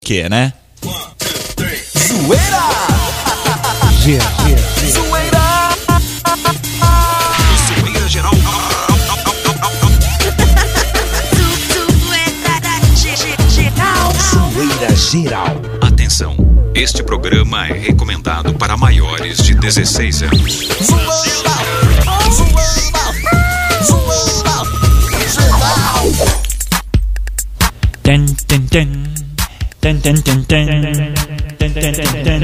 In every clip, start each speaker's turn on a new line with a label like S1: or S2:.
S1: quê, né?
S2: Gira, gira.
S3: Atenção, este programa é recomendado para maiores de 16 anos.
S1: Tan, tan, tan. Tan, tan, tan, tan. Tan, tan, tan, tan.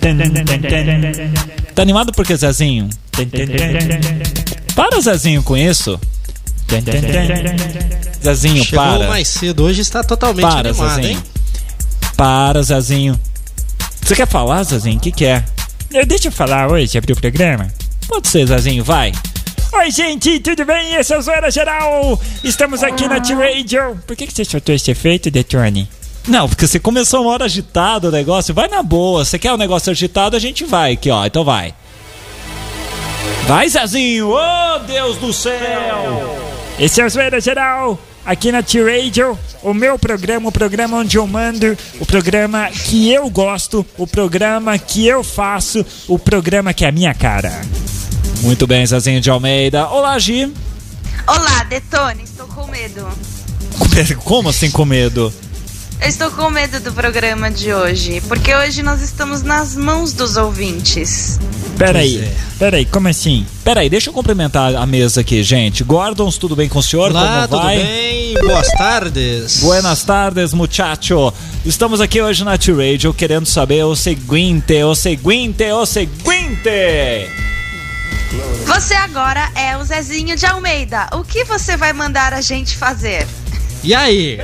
S1: Tan, tan, tan, tan. Tá animado porque Zezinho? Tan, tan, tan. Para Zezinho com isso. Tan, tan, tan. Zezinho,
S4: Chegou
S1: para.
S4: mais cedo, hoje está totalmente
S1: Para,
S4: animado,
S1: Zezinho.
S4: hein?
S1: Para, Zezinho. Você quer falar, Zezinho? O que, que é? Eh, Deixa eu falar hoje, abrir o programa. Pode ser, Zezinho, vai. Oi, gente, tudo bem? Essa é o Zoeira Geral. Estamos aqui na T-Radio. Por que, que você soltou esse efeito, Detone? Não, porque você começou uma hora agitado o negócio. Vai na boa. Você quer um negócio agitado, a gente vai aqui, ó. Então vai. Vai, Zezinho. Ô, Deus do céu. Esse é o Zoeira Geral, aqui na T-Radio, o meu programa, o programa onde eu mando, o programa que eu gosto, o programa que eu faço, o programa que é a minha cara. Muito bem, Zezinho de Almeida. Olá, Gi.
S5: Olá, Detone, estou com medo.
S1: Como assim com medo?
S5: Eu estou com medo do programa de hoje, porque hoje nós estamos nas mãos dos ouvintes.
S1: Peraí,
S4: Pois é.
S1: peraí, como assim? Peraí, deixa eu cumprimentar a mesa aqui, gente. Gordons, tudo bem com o senhor?
S4: Olá,
S1: como
S4: tudo
S1: vai?
S4: bem? Boas tardes.
S1: Buenas tardes, muchacho. Estamos aqui hoje na T-Radio querendo saber o seguinte, o seguinte, o seguinte.
S5: Você agora é o Zezinho de Almeida. O que você vai mandar a gente fazer?
S4: E aí?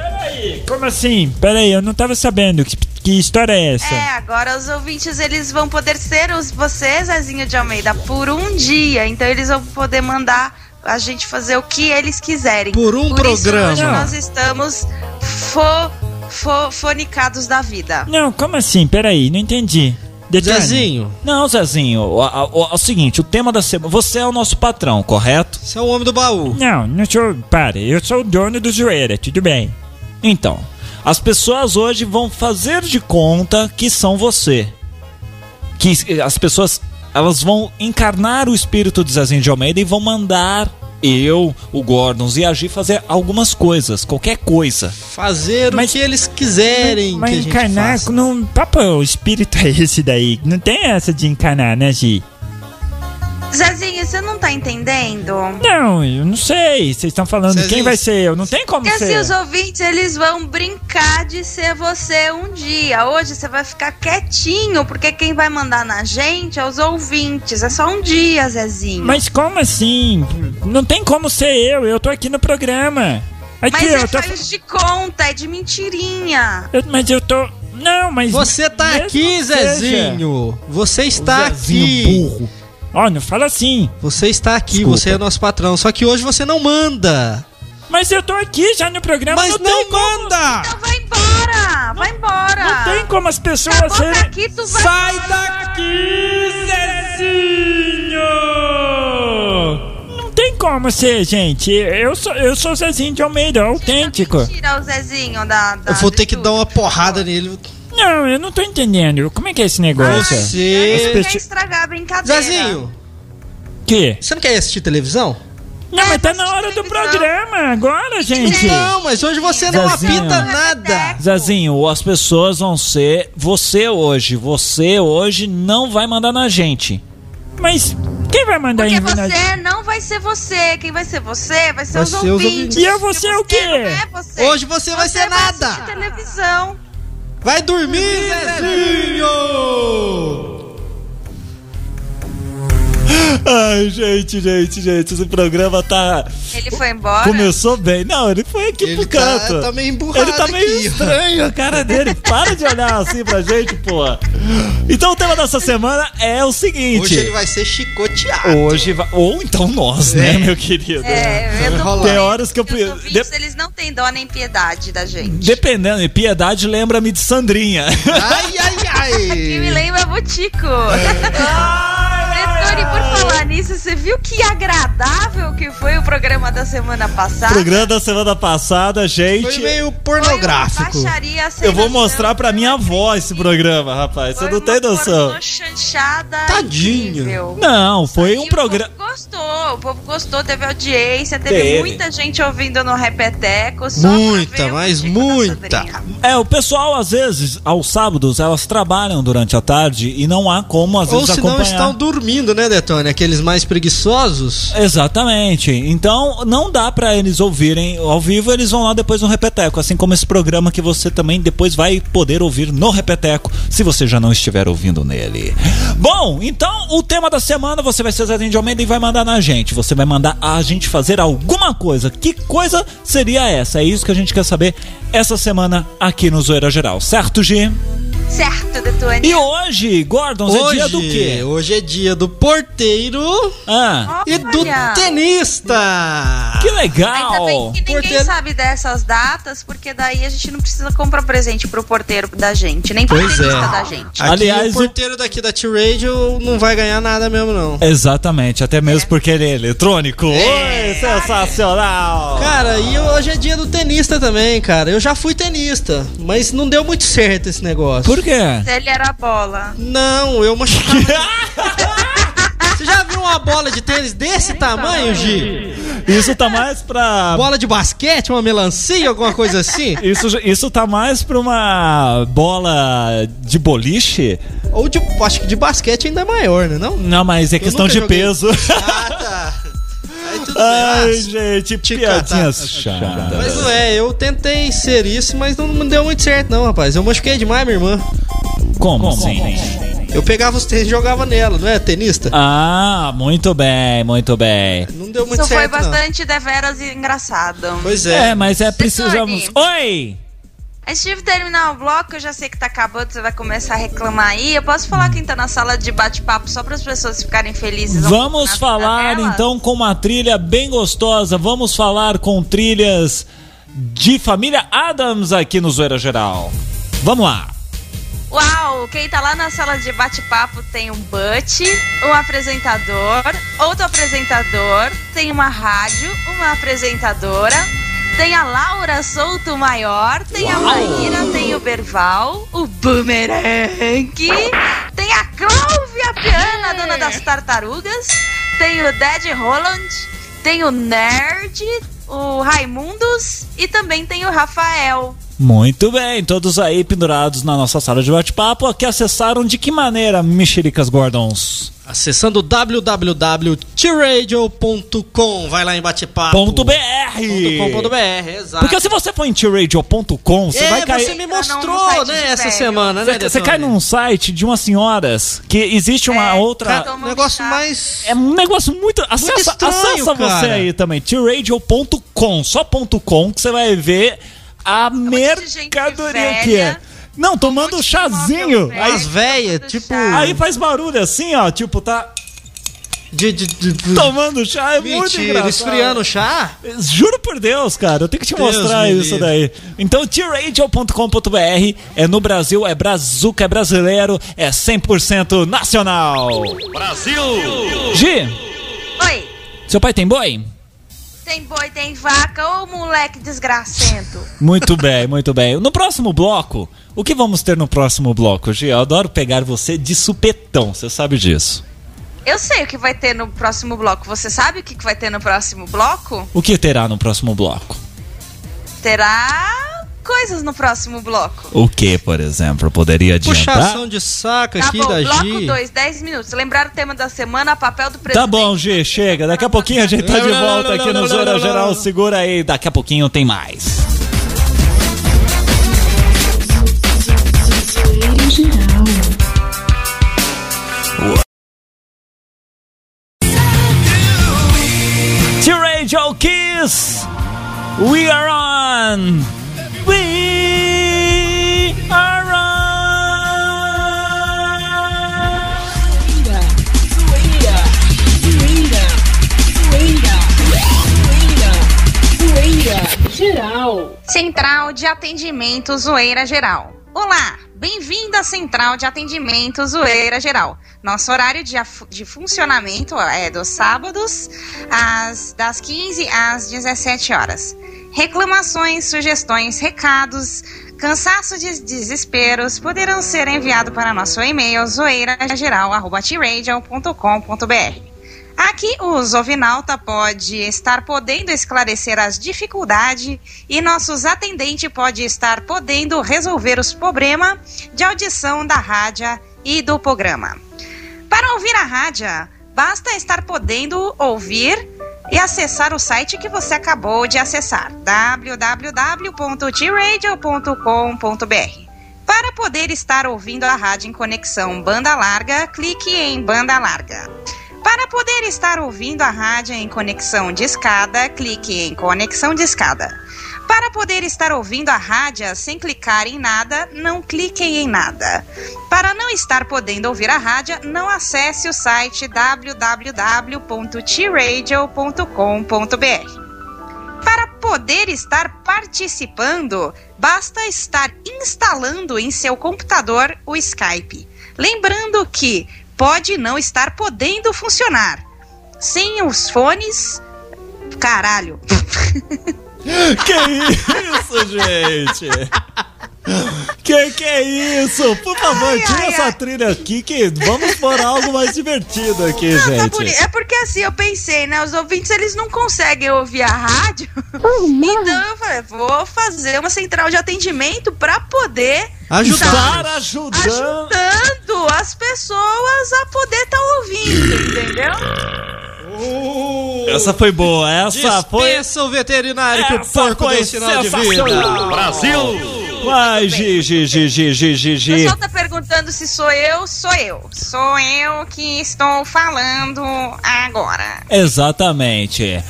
S1: Como assim? Peraí, eu não tava sabendo. Que, que história é essa?
S5: É, agora os ouvintes eles vão poder ser os você, Zezinho de Almeida, por um dia. Então eles vão poder mandar a gente fazer o que eles quiserem.
S4: Por um programa.
S5: Isso, hoje nós estamos fo, fo, fonicados da vida.
S1: Não, como assim? Peraí, não entendi. Detone.
S4: Zezinho.
S1: Não, Zezinho, o, a- o- o seguinte, o tema da semana. Você é o nosso patrão, correto?
S4: Você é o homem do baú.
S1: Não, não sou. Para, eu sou o dono do zoeira, tudo bem. Então, as pessoas hoje vão fazer de conta que são você. Que eh, as pessoas elas vão encarnar o espírito de Zezinho de Almeida e vão mandar eu, o Gordons e a Gi fazer algumas coisas, qualquer coisa.
S4: Fazer
S1: Mas-
S4: o que eles quiserem que a gente
S1: encarnar
S4: faça.
S1: não. Papo, o espírito é esse daí. Não tem essa de encarnar, né, Gi?
S5: Zezinho, você não tá entendendo?
S1: Não, eu não sei. Vocês estão falando
S4: Zezinho,
S1: quem vai ser eu. Não tem como
S5: Porque assim,
S1: ser.
S5: os ouvintes, eles vão brincar de ser você um dia. Hoje você vai ficar quietinho, porque quem vai mandar na gente é os ouvintes. É só um dia, Zezinho.
S1: Mas como assim? Não tem como ser eu. Eu tô aqui no programa. Aqui,
S5: Mas
S1: eu
S5: é
S1: tô.
S5: faz de conta, é de mentirinha.
S1: eu- mas eu tô. Não, mas.
S4: Você tá
S1: mesmo
S4: aqui,
S1: que seja.
S4: Zezinho. Você está aqui.
S1: Zezinho burro. Ó, não fala assim.
S4: Você está aqui,
S1: Desculpa.
S4: você é nosso patrão. Só que hoje você não manda.
S1: Mas eu tô aqui já no programa.
S4: Mas
S1: não,
S4: não,
S1: tem como.
S4: manda!
S5: Então vai embora, vai embora.
S1: Não tem como as pessoas
S5: Acabou
S1: serem.
S5: daqui, tu vai
S4: Sai daqui!
S1: Aqui, Zezinho! Não tem como ser, gente. Eu sou, eu sou Zezinho de Almeida,
S5: tá
S1: autêntico.
S5: Tira o Zezinho da. da
S4: Eu vou ter que
S5: do
S4: dar uma
S5: estúdio.
S4: porrada nele.
S1: Não, eu não tô entendendo. Como é que é esse negócio?
S5: Ele
S4: Você.
S1: Espe-
S5: Ah, quer estragar a brincadeira.
S4: um Zezinho,
S1: Que?
S4: você não quer assistir televisão?
S1: Não, mas tá na hora do programa agora, gente.
S4: então. Não, mas hoje você não
S1: Zezinho.
S4: apita nada.
S1: Zezinho, as pessoas vão ser você hoje. Você hoje não vai mandar na gente. Mas quem vai mandar
S5: Porque
S1: em na gente?
S5: você não vai ser você. Quem vai ser você vai ser
S4: Vai
S5: os
S4: ser os ouvintes.
S5: ouvintes.
S1: E eu vou ser o
S5: Porque
S1: quê?
S5: você não é você.
S4: Hoje você vai ser
S5: vai
S4: nada.
S5: assistir televisão.
S4: Vai dormir, Zezinho!
S1: Ai, gente, gente, gente, esse programa tá.
S5: Ele foi embora.
S1: Começou bem. Não, ele foi aqui
S4: Ele
S1: pro
S4: tá-
S1: canto.
S4: tá meio emburrado
S1: Ele tá meio
S4: aqui, ó.
S1: estranho, a cara dele. Para de olhar assim pra gente, pô. Então o tema dessa semana é o seguinte.
S4: Hoje ele vai ser chicoteado.
S1: Hoje vai- Ou então nós, né, meu querido?
S5: É, eu
S4: Vai
S5: tô
S4: rolar.
S5: com
S1: Tem
S5: medo,
S1: horas que eu-
S5: porque Os ouvintes,
S1: de-
S5: eles não têm dó nem piedade da gente.
S1: Dependendo, e piedade lembra-me de Sandrinha.
S4: Ai, ai, ai!
S5: é
S4: É.
S5: Que me lembra Butico. Detone Yuri, por falar nisso, você viu que agradável que foi o programa da semana passada?
S1: Programa da semana passada,
S4: Foi
S1: gente.
S4: meio
S5: Foi uma
S4: pornográfico.
S5: baixaria sem
S1: Eu vou
S5: noção.
S1: mostrar pra minha avó esse programa, rapaz. Você
S5: Foi
S1: não
S5: uma
S1: tem noção.
S5: pornô chanchada
S4: Tadinho.
S5: incrível.
S1: Não, foi
S5: E
S1: um programa.
S5: O povo gostou, o povo gostou, teve audiência, teve,
S1: Teve.
S5: muita gente ouvindo no Repeteco. Só pra
S4: Muita,
S5: ver o tá
S4: mas
S5: Tico da
S4: muita.
S5: Sandrinha.
S1: É, o pessoal, às vezes, aos sábados, elas trabalham durante a tarde e não há como, às
S4: Ou
S1: vezes,
S4: se não
S1: acompanhar.
S4: estão dormindo, né, Detone? Aqueles mais preguiçosos.
S1: Exatamente. Então, não dá pra eles ouvirem ao vivo, eles vão lá depois no Repeteco. Assim como esse programa que você também depois vai poder ouvir no Repeteco, se você já não estiver ouvindo nele. Bom, então o tema da semana você vai ser Zezinho de Almeida e vai mandar na gente. Você vai mandar a gente fazer alguma coisa. Que coisa seria essa? É isso que a gente quer saber essa semana aqui no Zoeira Geral, certo, Gi?
S5: Certo, Detone.
S1: E hoje, Gordon, é dia do quê?
S4: Hoje é dia do porteiro
S1: Ah,
S4: e do
S5: Olha,
S4: tenista.
S1: que
S5: Ainda tá bem
S1: legal!
S5: que ninguém
S4: Porteiro.
S5: sabe dessas datas, porque daí a gente não precisa comprar um presente pro porteiro da gente, nem pro
S4: Pois é.
S5: tenista da gente.
S4: Aqui,
S1: Aliás,
S4: o porteiro daqui da T-Radio não vai ganhar nada mesmo, não.
S1: É. Exatamente, até mesmo porque ele é eletrônico. Oi, sensacional!
S4: Cara, e hoje é dia do tenista também, cara. Eu já fui tenista, mas não deu muito certo esse negócio.
S1: Por quê?
S5: Ele era a bola.
S4: Não, eu machucava. Você já viu uma bola de tênis desse tamanho, Gi?
S1: Isso tá mais pra.
S4: Bola de basquete, uma melancia, alguma coisa assim?
S1: Isso, isso tá mais pra uma bola de boliche?
S4: Ou de, acho que de basquete ainda é maior, né? Não?
S1: Não, mas é questão
S4: nunca
S1: de
S4: joguei.
S1: peso.
S4: Ah, tá. Aí tudo
S1: Ai,
S4: bem.
S1: gente,
S4: te
S1: piadinhas
S4: catar. Ah, Mas
S1: chatas.
S4: não é, eu tentei ser isso, mas não, não deu muito certo, não, rapaz. Eu machuquei demais, minha irmã.
S1: Como assim?
S4: Eu pegava os tênis e jogava nela, não é? Tenista?
S1: Ah, muito bem, muito bem.
S4: Não deu muito
S5: Isso foi
S4: certo. não.
S5: bastante deveras e engraçado.
S4: Pois é.
S1: É, mas é precisamos. Oi!
S5: A gente teve que terminar o bloco, eu já sei que tá acabando, você vai começar a reclamar aí. Eu posso falar quem tá na sala de bate-papo só para as pessoas ficarem felizes. um pouco na
S1: Vamos
S5: vida
S1: falar
S5: delas?
S1: então com uma trilha bem gostosa. Vamos falar com trilhas de família Adams aqui no Zoeira Geral. Vamos lá.
S5: Uau, quem tá lá na sala de bate-papo tem um Butch, um apresentador, outro apresentador, tem uma rádio, uma apresentadora, tem a Laura Souto Maior, tem a Maíra, tem o Berval, o Boomerang, tem a Cláudia Piana, dona das tartarugas, tem o Dead Roland, tem o Nerd, o Raimundos e também tem o Rafael.
S1: Muito bem, todos aí pendurados na nossa sala de bate-papo que acessaram de que maneira, Mexericas Gordons?
S4: Acessando www.tradio.com. Vai lá em bate-papo.
S1: Ponto .br.
S4: .com.br, exato.
S1: Porque se você for em tiradio.com, você
S4: é,
S1: vai cair...
S4: você me
S5: Tá num
S4: mostrou,
S5: site de
S4: né, essa
S5: velho.
S4: semana, né,
S1: Você, você
S4: Detone?
S1: cai num site de umas senhoras que existe uma
S5: É,
S1: outra...
S5: cada uma
S4: Negócio
S5: chata.
S4: mais...
S1: É um negócio muito. Acessa,
S4: estranho,
S1: acessa você
S4: cara.
S1: aí também, tiradio.com, só ponto .com, que você vai ver a
S5: É um monte de gente
S1: mercadoria
S5: velha, Um
S1: que é. Não, tomando
S5: monte de
S1: chazinho.
S5: móvel velho.
S1: Aí,
S4: As véias,
S5: Tudo
S4: tipo...
S5: chato.
S1: aí faz barulho assim, ó. Tipo, tá
S4: De, de, de, de-
S1: tomando chá.
S4: um
S1: É muito
S4: Mentira,
S1: engraçado.
S4: esfriando o chá?
S1: Juro por Deus, cara, eu tenho que te
S4: Deus
S1: mostrar
S4: me
S1: isso
S4: livre.
S1: daí. Então, tiradio.com.br é no Brasil, é brazuca, é brasileiro, é 100% nacional. Brasil! Gi,
S5: Oi,
S1: seu pai tem boi?
S5: tem boi, tem vaca, ô moleque desgracento.
S1: Muito bem, muito bem. No próximo bloco, o que vamos ter no próximo bloco, Gi? Eu adoro pegar você de supetão, você sabe disso.
S5: Eu sei o que vai ter no próximo bloco. Você sabe o que que vai ter no próximo bloco?
S1: O que terá no próximo bloco?
S5: Terá coisas no próximo bloco.
S1: O que, por exemplo, poderia adiantar?
S4: Puxação de saco
S5: Tá
S4: aqui
S5: bom,
S4: da
S5: bloco
S4: Gi.
S5: 2, 10 minutos. Lembrar o tema da semana, papel do presidente.
S1: Tá bom, Gi, chega. Daqui a pouquinho a gente tá de volta aqui no Zona Geral. Segura aí, daqui a pouquinho tem mais. T-Radio Kiss, we are on, we are on.
S5: Central de Atendimento Zoeira Geral. Olá, bem-vindo à Central de Atendimento Zoeira Geral. Nosso horário de, af- de funcionamento é dos sábados, às, das 15 às 17 horas. Reclamações, sugestões, recados, cansaço de desesperos poderão ser enviados para nosso e-mail zoeirageral.com.br. Aqui, o Zovinalta pode estar podendo esclarecer as dificuldades e nossos atendentes pode estar podendo resolver os problemas de audição da rádio e do programa. Para ouvir a rádio, basta estar podendo ouvir e acessar o site que você acabou de acessar, www.tradio.com.br. Para poder estar ouvindo a rádio em conexão banda larga, clique em banda larga. Para poder estar ouvindo a rádio em conexão de escada, clique em conexão de escada. Para poder estar ouvindo a rádio sem clicar em nada, não cliquem em nada. Para não estar podendo ouvir a rádio, não acesse o site www.tradio.com.br. Para poder estar participando, basta estar instalando em seu computador o Skype. Lembrando que pode não estar podendo funcionar. Sem os fones. Caralho.
S1: Que isso, gente? Que que é isso? Por favor,
S5: Ai,
S1: tira
S5: ai,
S1: essa
S5: ai.
S1: trilha aqui que vamos por algo mais divertido aqui,
S5: Não, tá
S1: gente.
S5: bonito. É porque assim, eu pensei, né? Os ouvintes, eles não conseguem ouvir a rádio. Então eu falei, vou fazer uma central de atendimento pra poder
S4: Ajudar.
S1: Estar ajudando.
S5: ajudando as pessoas a poder estar ouvindo, entendeu?
S1: Essa foi boa, essa foi. um
S4: Dispensa o veterinário que o
S1: Essa
S4: porco
S1: foi
S4: deu sinal de vida.
S1: sensacional. Vai, Gi, Gi, Gi, Gi, Gi, Gi,
S5: O
S1: Gi.
S5: pessoal tá perguntando se sou eu, sou eu. Sou eu que estou falando agora.
S1: Exatamente.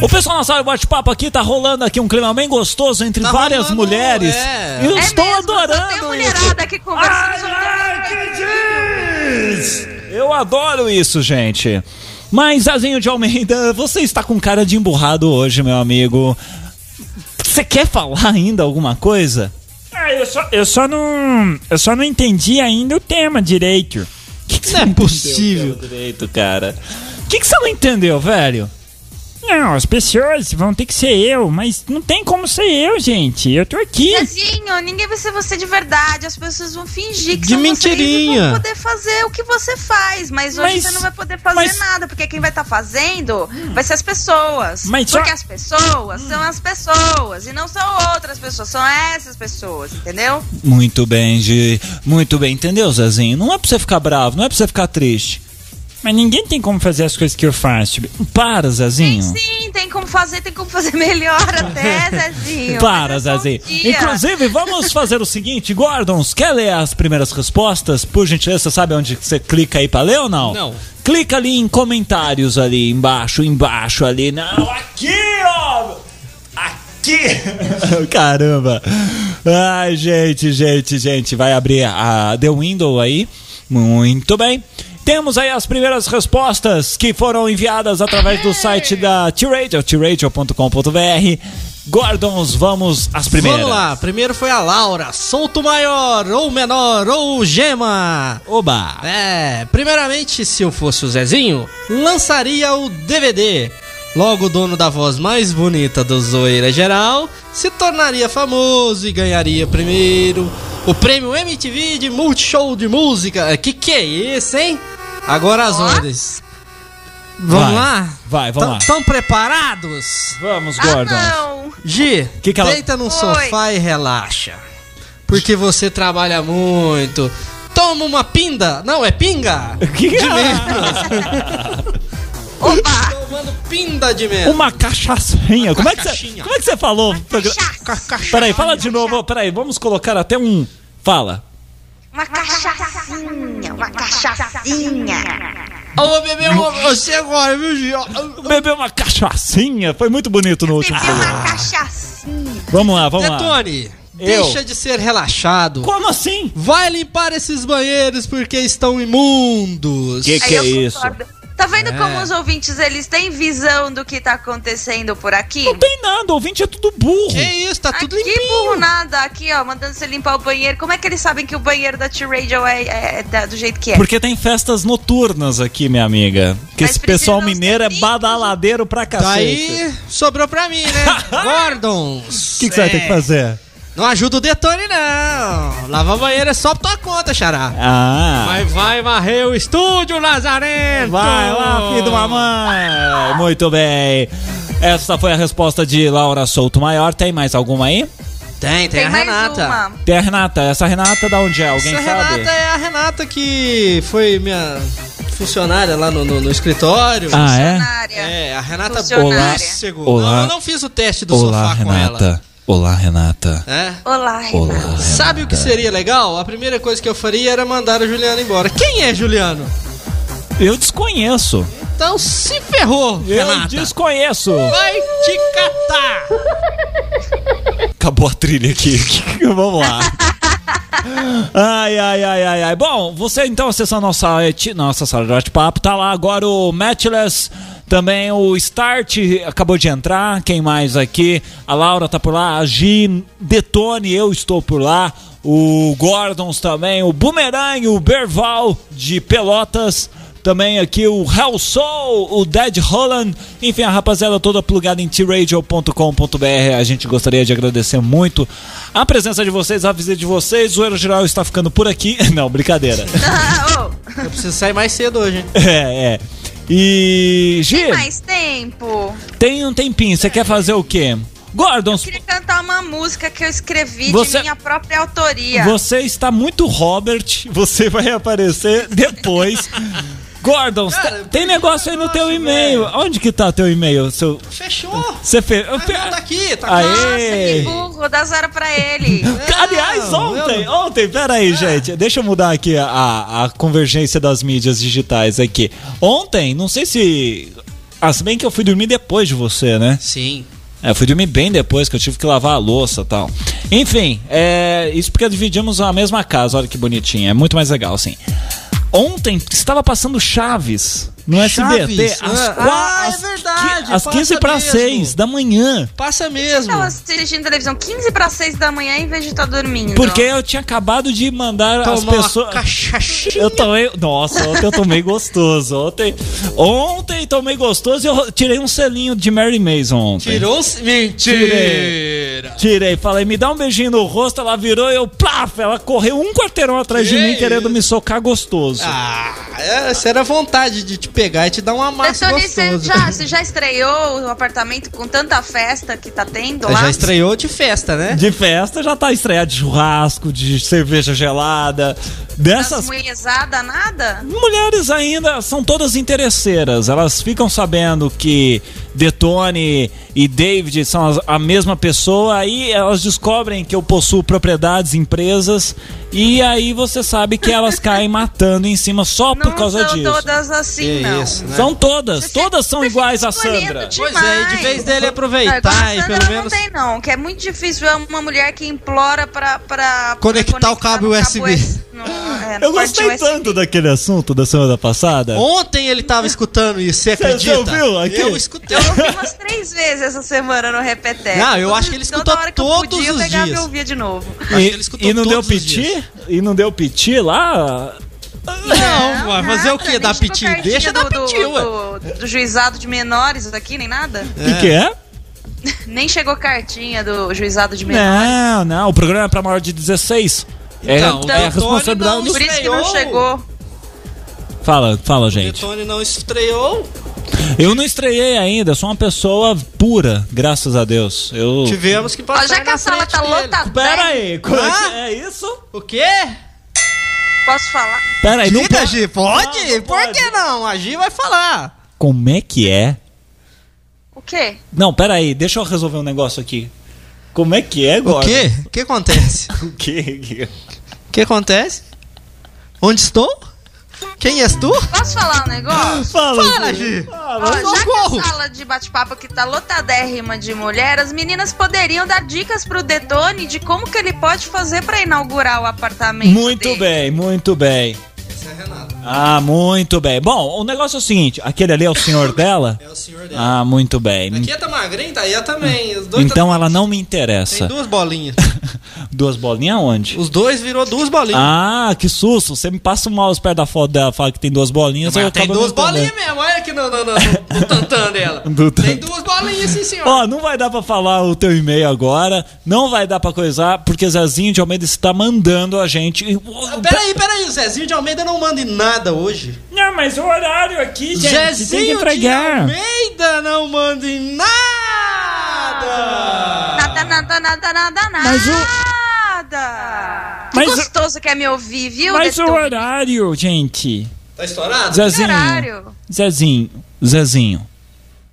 S1: O pessoal na sala de bate-papo aqui tá rolando aqui um clima bem gostoso entre
S4: Tá
S1: várias
S4: rolando,
S1: mulheres.
S4: é.
S1: Eu
S5: É
S1: estou
S5: mesmo, só Tem
S1: adorando isso.
S5: mulherada aqui conversando sobre
S1: Eu adoro isso, gente. Mas, Azinho de Almeida, você está com cara de emburrado hoje, meu amigo. Você quer falar ainda alguma coisa?
S3: Ah, eu só, eu só não. Eu só não entendi ainda o tema direito.
S4: Não é possível.
S1: Direito, cara. O que, que você não entendeu, velho?
S3: Não, as pessoas vão ter que ser eu, mas não tem como ser eu, gente. Eu tô aqui.
S5: Zezinho, ninguém vai ser você de verdade. As pessoas vão fingir que
S4: De
S5: são
S4: mentirinha.
S5: vocês e vão poder fazer o que você faz. Mas hoje
S3: Mas-
S5: você não vai poder fazer
S3: mas-
S5: nada, porque quem vai estar fazendo vai ser as pessoas.
S3: Mas só-
S5: porque as pessoas são as pessoas e não são outras pessoas, são essas pessoas, entendeu?
S1: Muito bem, Gi. Muito bem, entendeu, Zezinho? Não é pra você ficar bravo, não é pra você ficar triste.
S3: Mas ninguém tem como fazer as coisas que eu faço. tipo,
S1: Para,
S5: Tem
S1: Zezinho.
S5: sim, tem como fazer, tem como fazer melhor até, Zezinho.
S1: Para,
S5: Mas é só um
S1: Zezinho.
S5: dia.
S1: Inclusive, vamos fazer o seguinte, Gordons, quer ler as primeiras respostas? Por gentileza, você sabe onde você clica aí pra ler ou não?
S4: Não.
S1: Clica ali em comentários ali, embaixo, embaixo ali. Não, aqui, ó! Aqui! Caramba! Ai, gente, gente, gente, vai abrir a The Window aí. Muito bem. Temos aí as primeiras respostas que foram enviadas através do site da é T-Radio, tradio.com.br. Gordons, vamos às primeiras.
S4: Vamos lá, primeiro foi a Laura. Solto maior, ou menor, ou gema.
S1: Oba!
S4: É, primeiramente, se eu fosse o Zezinho, lançaria o DVD. Logo, o dono da voz mais bonita do Zoeira Geral se tornaria famoso e ganharia primeiro o prêmio MTV de Multishow de Música. Que que é esse, hein? Agora as ondas. Vamos
S1: Vai,
S4: lá?
S1: vai, vamos
S4: Tão-
S1: lá.
S4: Tão preparados?
S1: Vamos,
S5: Ah,
S1: Gordons.
S5: não.
S4: Gi,
S1: Que que ela-
S4: deita no
S5: Oi.
S4: sofá e relaxa. Porque você trabalha muito. Toma uma pinda. Não, é pinga.
S1: Que que
S4: de
S1: é?
S4: menos.
S5: Opa!
S4: Tomando pinda de menos.
S1: Uma cachaçinha. Como é que você,
S4: cachaçinha.
S1: como é que você falou? Peraí, fala de novo. Peraí, vamos colocar até um. Fala.
S5: Uma cachaçinha, uma cachaçinha.
S4: Eu vou beber uma... Você agora, viu, Gi? Ó,
S1: Bebeu uma cachaçinha. Foi muito bonito no último.
S5: Beber
S1: programa.
S5: uma cachaçinha.
S1: Vamos lá, vamos lá.
S4: Detone,
S1: Eu.
S4: deixa de ser relaxado.
S1: Como assim?
S4: Vai limpar esses banheiros porque estão imundos.
S1: Que-
S5: Aí eu
S1: é isso? É.
S5: concordo. Tá vendo como os ouvintes, eles têm visão do que tá acontecendo por aqui?
S1: Não tem nada, o ouvinte é tudo burro.
S4: Que isso, tá tudo
S5: aqui,
S4: limpinho.
S5: burro nada, aqui, ó, mandando você limpar o banheiro. Como é que eles sabem que o banheiro da T-Radio é, é- é da- do jeito que é?
S1: Porque tem festas noturnas aqui, minha amiga. Que
S5: Mas
S1: esse pessoal
S5: precisa
S1: mineiro é
S5: ser
S1: badaladeiro pra
S4: Tá
S1: cacete.
S4: Daí sobrou pra mim, né? Gordons.
S1: O que, que você vai ter
S4: É.
S1: que fazer?
S4: Não ajuda o Detone, não. Lavar banheiro é só por tua conta, xará.
S1: Ah.
S4: Mas vai varrer o estúdio, Lazarento.
S1: Vai lá, filho de uma mãe! Muito bem! Essa foi a resposta de Laura Souto Maior. Tem mais alguma aí?
S4: Tem, tem,
S5: Tem
S4: a
S5: mais
S4: Renata.
S5: uma.
S1: Tem a Renata. Essa Renata da onde é? Alguém
S4: Essa
S1: sabe?
S4: Renata é a Renata que foi minha funcionária lá no, no- no escritório.
S1: Ah, é?
S5: Funcionária.
S4: É, a Renata
S5: Funcionária.
S4: Bôssego.
S1: Olá.
S4: Não, eu não fiz o teste do
S1: Olá,
S4: sofá com ela.
S1: Renata. Olá, Renata.
S4: É?
S5: Olá,
S1: Olá,
S5: Renata.
S1: Renata.
S4: Sabe o que seria legal? A primeira coisa que eu faria era mandar o Juliano embora. Quem é Juliano?
S1: Eu desconheço.
S4: Então se ferrou,
S1: Eu
S4: Renata.
S1: desconheço.
S4: Vai te catar.
S1: Acabou a trilha aqui. Vamos lá. Ai, ai, ai, ai, ai. Bom, você então acessa a nossa, eti- nossa sala de bate-papo. Tá lá agora o Matchless, também o Start acabou de entrar. Quem mais aqui? A Laura tá por lá, a Gi, Detone, eu estou por lá. O Gordons também, o Boomerang, o Berval de Pelotas. Também aqui o Hell Soul, o Dead Holland, enfim, a rapaziada toda plugada em tradio.com.br. A gente gostaria de agradecer muito a presença de vocês, a visita de vocês. O Euro Geral está ficando por aqui. Não, brincadeira.
S5: Ah, ô,
S4: Eu preciso sair mais cedo hoje, hein?
S1: É, é. E. Gi,
S5: mais tempo.
S1: tem um tempinho, você quer fazer o quê? Gordon,
S5: Queria cantar uma música que eu escrevi
S1: Você-
S5: de minha própria autoria.
S1: você está muito Robert, você vai aparecer depois. Gordon,
S4: Cara,
S1: tem negócio aí no teu
S4: negócio,
S1: e-mail. Onde que tá teu e-mail? Seu-
S4: Fechou.
S1: Você fez.
S4: Mas não, tá aqui, tá
S1: Aê.
S4: aqui.
S5: Nossa, que burro, dá zero pra ele.
S1: Aliás,
S4: Não, É.
S1: ontem, ontem, peraí, gente. Deixa eu mudar aqui a, a convergência das mídias digitais aqui. Ontem, não sei se. Ah, se bem que eu fui dormir depois de você, né?
S4: Sim.
S1: É, eu fui dormir bem depois, que eu tive que lavar a louça e tal. Enfim, é, isso porque dividimos a mesma casa, olha que bonitinha. É muito mais legal, assim. Ontem estava passando Chaves no SBT
S4: Chaves?
S1: às,
S4: Ah,
S1: qua-
S4: ah, é
S1: às qui-
S4: verdade,
S1: às
S4: passa
S1: 15 para
S4: mesmo.
S1: 6 da manhã.
S4: Passa mesmo.
S5: Tava assistindo televisão 15 pra 6 da manhã em vez de estar dormindo.
S1: Porque eu tinha acabado de mandar as
S4: Tomar uma
S1: pessoas.
S4: cachaçinha.
S1: Eu tomei. Nossa, ontem eu tomei gostoso. Ontem, ontem tomei gostoso e eu tirei um selinho de Mary Mason ontem.
S4: Tirou um... Mentira.
S1: Tirei, falei, me dá um beijinho no rosto, ela virou e eu, plaf, ela correu um quarteirão atrás de
S4: Que
S1: mim
S4: isso?
S1: querendo me socar gostoso.
S4: Ah, essa era a vontade de te pegar e te dar um uma massa
S5: Detone, você
S4: gostosa.
S5: já, você já estreou o apartamento com tanta festa que tá tendo
S4: Você
S5: lá?
S4: já estreou de festa, né?
S1: De festa já tá estreia de churrasco, de cerveja gelada, dessas
S5: As mulherzadas, nada?
S1: Mulheres ainda são todas interesseiras. Elas ficam sabendo que Detone e David são as- a mesma pessoa. Aí elas descobrem que eu possuo propriedades, empresas. E aí você sabe que elas caem matando em cima só por
S5: não
S1: causa
S5: são
S1: disso.
S5: todas assim,
S4: Que
S5: não.
S4: isso, né?
S1: São todas.
S5: Você
S1: todas
S5: fica-
S1: são
S5: você
S1: iguais
S5: fica
S1: a Sandra.
S5: escolhendo
S4: Pois é, e de vez dele
S5: Não, igual a
S4: aproveitar e
S5: Sandra
S4: pelo
S5: não
S4: menos...
S5: tem não, que é muito difícil é uma mulher que implora pra... pra pra
S4: Conectar o cabo
S5: no
S4: USB.
S5: S- no- é, no
S1: Eu
S5: porte
S1: gostei
S5: USB.
S1: tanto daquele assunto da semana passada.
S4: Ontem ele tava escutando isso,
S1: Cê-
S4: você
S1: cê
S4: acredita?
S1: ouviu aqui?
S4: Eu escutei.
S5: Eu ouvi umas três vezes essa semana no Repeteco.
S4: Não, Ah, eu acho que ele
S5: Toda
S4: escutou
S5: hora que eu
S4: todos
S5: podia, eu
S4: os
S5: pegava
S4: dias.
S5: e ouvia de novo.
S4: Acho que ele escutou
S1: e não deu
S4: todos os
S1: piti? E não deu piti lá?
S4: Não, vai fazer o
S5: nada,
S4: quê?
S5: nem
S4: Dar
S5: chegou
S4: piti?
S5: pertinho
S4: Deixa
S5: do,
S4: dar piti,
S5: do,
S4: ué.
S5: do- do juizado de menores aqui, nem nada.
S1: O que, que é?
S5: Nem chegou cartinha do juizado de menores.
S1: Não, não, o programa é pra maior de 16. É,
S4: Então,
S1: é a
S4: então,
S1: responsabilidade
S4: não-
S5: Por isso que não
S4: estreou.
S5: chegou.
S1: do... Fala, fala, gente.
S4: Detone não estreou.
S1: Eu não estreiei ainda, sou uma pessoa pura, graças a Deus. Eu.
S4: Tivemos que
S5: Ó,
S4: passar
S5: já que
S4: na
S5: a sala
S4: frente
S5: tá
S4: dele.
S5: lotada,
S1: Pera aí, como é que
S4: Ah?
S1: é isso?
S4: O quê?
S5: posso falar?
S1: Pera aí, não
S4: Diga,
S1: pode-
S4: Gi, É, pode?
S1: Não, não
S4: Por
S1: pode.
S4: que não? A Gi vai falar.
S1: Como é que é?
S5: O quê?
S1: Não, pera aí, deixa eu resolver um negócio aqui. Como é que é,
S4: O
S1: agora?
S4: quê? O que acontece?
S1: O quê?
S4: O que acontece? Onde estou? Quem és tu?
S5: Posso falar um negócio?
S1: Fala,
S4: Fala,
S1: Gi.
S4: Gi.
S5: Ó, já que
S4: socorro.
S5: a sala de bate-papo que tá lotadérrima de mulher, as meninas poderiam dar dicas pro Detone de como que ele pode fazer pra inaugurar o apartamento
S1: Muito
S5: dele.
S1: bem, muito bem.
S4: Essa é a Renata.
S5: tá-
S1: Ah, muito bem. Bom, o negócio é o seguinte: aquele ali é o senhor dela?
S4: É o senhor dela.
S1: Ah, muito bem.
S4: Aqui tá magrinho, tá aí eu também. Os dois
S1: Então ela não me
S4: tá...
S1: interessa.
S4: Tem duas bolinhas.
S1: Duas bolinhas onde?
S4: Os dois virou duas bolinhas.
S1: Ah, que susto! Você me passa o mouse perto da foto dela, fala que tem duas bolinhas.
S4: Mas
S1: eu
S4: tem
S1: acabo
S4: duas
S1: não entendendo.
S4: bolinhas mesmo, olha aqui no, no, no, no- no tantã dela.
S1: Do
S4: Tem
S1: tantã.
S4: duas bolinhas, sim, senhor.
S1: Ó, não vai dar pra falar o teu e-mail agora, não vai dar pra coisar, porque Zezinho de Almeida está mandando a gente.
S4: Peraí, peraí, o Zezinho de Almeida não manda em nada hoje.
S3: Não, mas o horário aqui, gente, tem que
S4: Zezinho de
S3: entregar.
S4: Almeida não manda em nada!
S5: Nada, nada, nada, nada, nada.
S3: Mas o-
S5: tá, Que
S3: Mas o-
S5: gostoso que é me ouvir, viu?
S3: Mas
S5: desse
S3: o
S5: teu-
S3: horário, gente.
S4: Tá estourado?
S5: Que
S1: Zezinho.
S5: horário?
S1: Zezinho. Zezinho.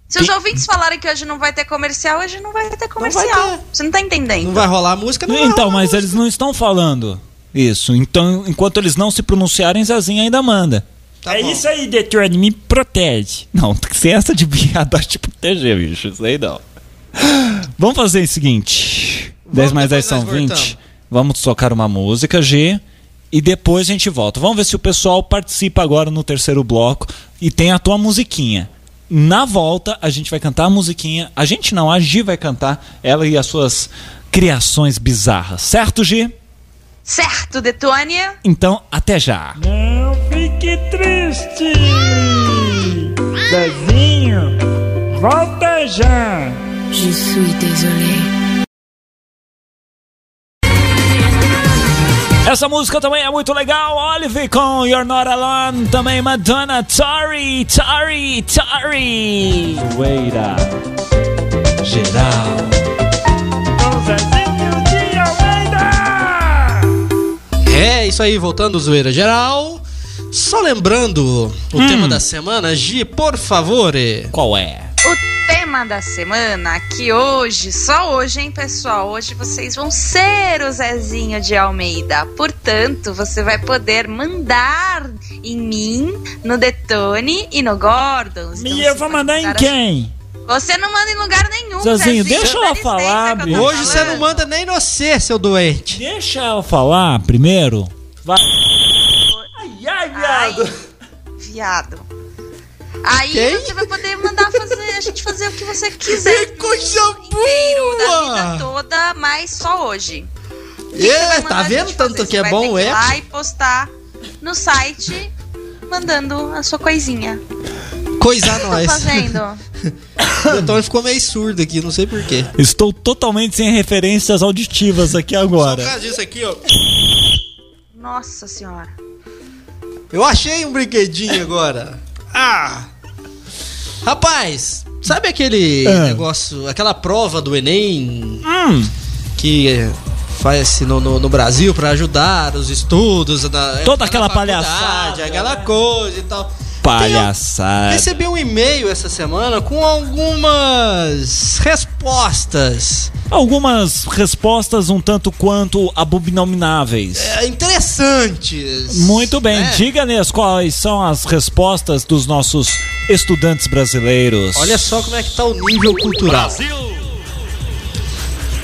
S5: Se os ouvintes falarem que hoje não vai ter comercial, hoje não vai ter comercial. Você não tá entendendo.
S4: Não vai rolar música, não vai
S1: Então,
S4: rolar
S1: mas
S4: música.
S1: eles não estão falando isso. Então, enquanto eles não se pronunciarem, Zezinho ainda manda.
S4: Tá
S3: é
S4: bom.
S3: isso aí, Detone, me protege.
S1: Não, sem essa de piada te proteger, tipo, bicho. Isso aí não. Vamos fazer o seguinte: 10 mais 10
S4: depois
S1: são
S4: nós
S1: 20.
S4: voltamos.
S1: Vamos tocar uma música, G. E depois a gente volta. Vamos ver se o pessoal participa agora no terceiro bloco e tem a tua musiquinha. Na volta, a gente vai cantar a musiquinha. A gente não, a G vai cantar ela e as suas criações bizarras. Certo, G?
S5: Certo, Detônia?
S1: Então, até já.
S3: Não fique triste. Zezinho, volta já.
S6: Je suis désolée.
S1: Essa música também é muito legal. Olive com You're Not Alone. Também Madonna, Tori, Tori, Tori. Zoeira. Geral.
S3: Com Zezinho de Almeida.
S4: É isso aí, voltando zoeira geral. Só lembrando
S3: Hum.
S4: o tema da semana, Gi, por favor.
S1: Qual é?
S5: O tema da semana aqui hoje, só hoje, hein, pessoal? Hoje vocês vão ser o Zezinho de Almeida. Portanto, você vai poder mandar em mim, no Detone e no Gordon. Então,
S3: E
S5: você
S3: eu vou
S5: pode
S3: mandar em
S5: mandar
S3: quem?
S5: a- Você não manda em lugar nenhum,
S1: Zezinho,
S5: Zezinho.
S1: deixa
S5: Dá
S1: ela
S5: licença
S1: falar,
S5: que eu tô
S1: bicho.
S4: Hoje você
S5: falando.
S4: não manda nem no C, seu doente.
S1: Deixa ela falar primeiro. Vai.
S5: Ai, viado. Aí
S4: Quem?
S5: você vai poder mandar fazer, a gente fazer o que você quiser. Que coisa inteiro,
S4: boa!
S5: Da vida toda, mas só hoje.
S4: É,
S5: mandar
S4: tá
S5: a gente
S4: vendo tanto
S5: fazer.
S4: que
S5: Você
S4: é
S5: vai
S4: bom,
S5: ter que
S4: é?
S5: ir lá e postar no site mandando a sua coisinha.
S4: Coisar
S5: Tô
S4: nós.
S5: fazendo.
S4: O Antônio ficou meio surdo aqui, não sei porquê.
S1: Estou totalmente sem referências auditivas aqui agora.
S4: causa um disso aqui, ó.
S5: Nossa senhora.
S4: Eu achei um brinquedinho agora. Ah! Rapaz, sabe aquele
S1: Ah. Hum.
S4: negócio, aquela prova do Enem que faz no, no, no Brasil pra ajudar os estudos, na,
S1: Toda aquela
S4: faculdade,
S1: palhaçada,
S4: aquela coisa e tal.
S1: Palhaçada.
S4: Recebi um e-mail essa semana com algumas respostas
S1: Algumas respostas um tanto quanto abomináveis.
S4: eh, interessantes.
S1: Muito bem,
S4: né?
S1: diga-nos quais são as respostas dos nossos estudantes brasileiros.
S4: Olha só como é que tá o nível cultural.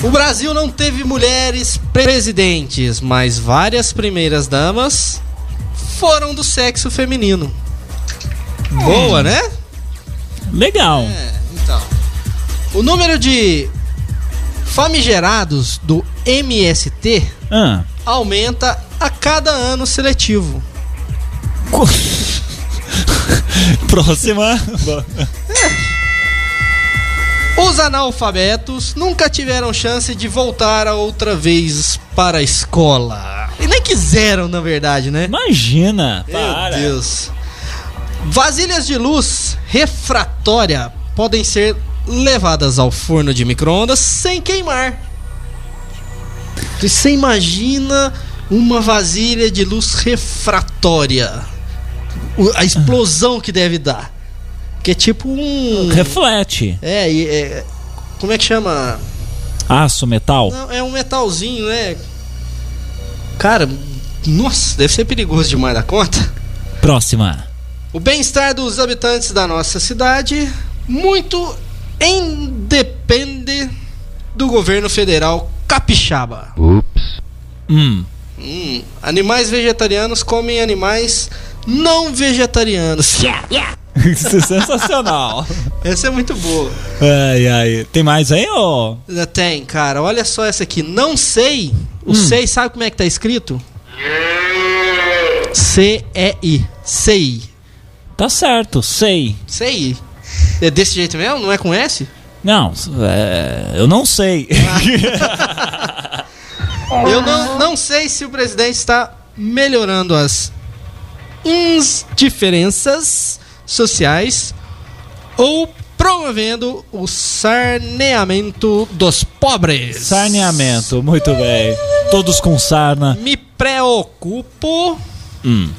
S4: O Brasil não teve mulheres presidentes, mas várias primeiras damas foram do sexo feminino. Boa, né?
S1: Legal.
S4: É, então. O número de famigerados do MST
S1: Ah.
S4: aumenta a cada ano seletivo.
S1: Co- Próxima.
S4: Os analfabetos nunca tiveram chance de voltar outra vez para a escola. E nem quiseram, na verdade, né?
S1: Imagina.
S4: Meu
S1: Para.
S4: Deus. Vasilhas de luz refratória podem ser levadas ao forno de micro-ondas sem queimar. Você imagina uma vasilha de luz refratória? O- A explosão que deve dar. Que é tipo um.
S1: Reflete.
S4: É, e- é. Como é que chama?
S1: Aço, metal.
S4: Não, é um metalzinho, né? Cara, nossa, deve ser perigoso demais da conta.
S1: Próxima.
S4: O bem-estar dos habitantes da nossa cidade muito independe do governo federal capixaba.
S1: Hum.
S4: Hum, animais vegetarianos comem animais não vegetarianos.
S1: Isso é sensacional.
S4: Essa é muito boa.
S1: Ai, ai. Tem mais aí, ô?
S4: É, Tem, cara. Olha só essa aqui. Não sei. O sei, sabe como é que tá escrito? C-E-I. CI.
S1: Tá certo, sei.
S4: CI. É desse jeito mesmo? Não é com S?
S1: Não, é, eu não sei.
S4: Eu não, não sei se o presidente está melhorando as indiferenças sociais ou promovendo o sarneamento dos pobres.
S1: Sarneamento, muito bem. Todos com sarna.
S4: Me preocupo
S1: Hum.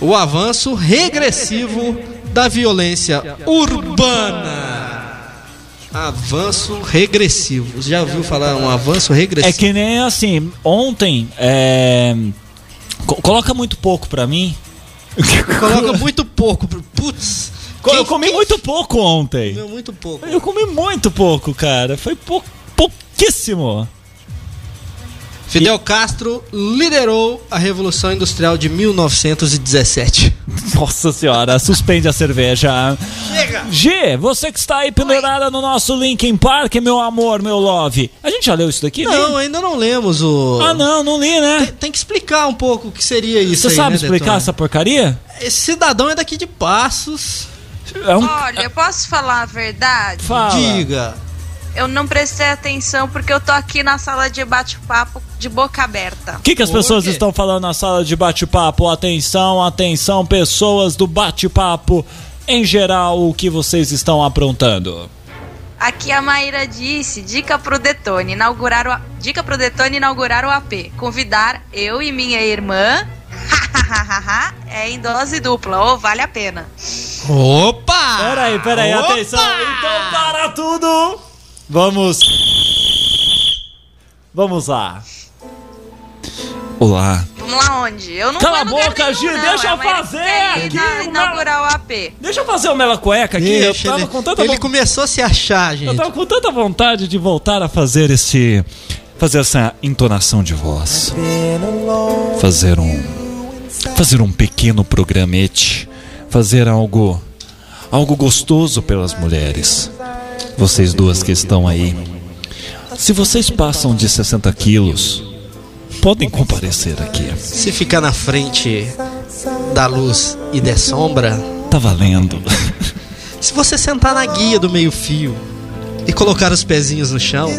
S4: o avanço regressivo da violência urbana. Avanço regressivo. Você já ouviu falar um avanço
S1: É
S4: regressivo?
S1: que nem assim, ontem. é, co- coloca muito pouco pra mim.
S4: Coloca muito pouco. pro- Putz.
S1: eu
S4: quem-
S1: comi
S4: quem
S1: muito pouco ontem.
S4: comeu muito pouco.
S1: Eu comi muito pouco, cara. Foi pou- pouquíssimo.
S4: Fidel Castro liderou a Revolução Industrial de 1917.
S1: Nossa senhora, suspende a cerveja.
S4: Chega!
S1: G, você que está aí pendurada no nosso Linkin Park, meu amor, meu love. A gente já leu isso daqui? né?
S4: Não, ainda não lemos o.
S1: Ah, não, não li, né?
S4: Tem, tem que explicar um pouco o que seria isso.
S1: Você
S4: aí,
S1: sabe
S4: né,
S1: explicar
S4: Detona?
S1: essa porcaria?
S4: Esse cidadão é daqui de Passos.
S1: É um.
S5: Olha, eu posso falar a verdade?
S1: Fala.
S4: Ah, Diga.
S5: Eu não prestei atenção porque eu tô aqui na sala de bate-papo de boca aberta.
S1: O que, que as
S4: Por
S1: pessoas
S4: quê?
S1: estão falando na sala de bate-papo? Atenção, atenção, pessoas do bate-papo. Em geral, o que vocês estão aprontando?
S5: Aqui a Maíra disse: dica pro Detone, inaugurar o, a- dica pro Detone inaugurar o AP. Convidar eu e minha irmã. é em dose dupla, ou vale a pena.
S4: Opa!
S1: Peraí, peraí,
S4: Opa!
S1: atenção. Então, para tudo. Vamos. Vamos lá. Olá.
S5: Vamos lá onde? Eu não
S1: Cala
S5: vou em
S1: a
S5: lugar
S1: boca,
S5: nenhum,
S1: Gi,
S5: não.
S1: deixa
S5: É
S1: eu
S5: a Maíra que
S1: fazer
S5: quer ir
S1: aqui,
S5: na- inaugurar o AP.
S1: Deixa eu fazer o Mela Cueca aqui.
S4: Deixa,
S1: eu tava
S4: ele,
S1: com tanta
S4: ele
S1: vo-
S4: começou a se achar, gente.
S1: Eu tava com tanta vontade de voltar a fazer esse. Fazer essa entonação de voz. Fazer um. Fazer um pequeno programete. Fazer algo. Algo gostoso pelas mulheres. Vocês duas que estão aí. Se vocês passam de 60 quilos, podem comparecer aqui.
S4: Se ficar na frente da luz e der sombra,
S1: Tá valendo.
S4: se você sentar na guia do meio-fio e colocar os pezinhos no chão,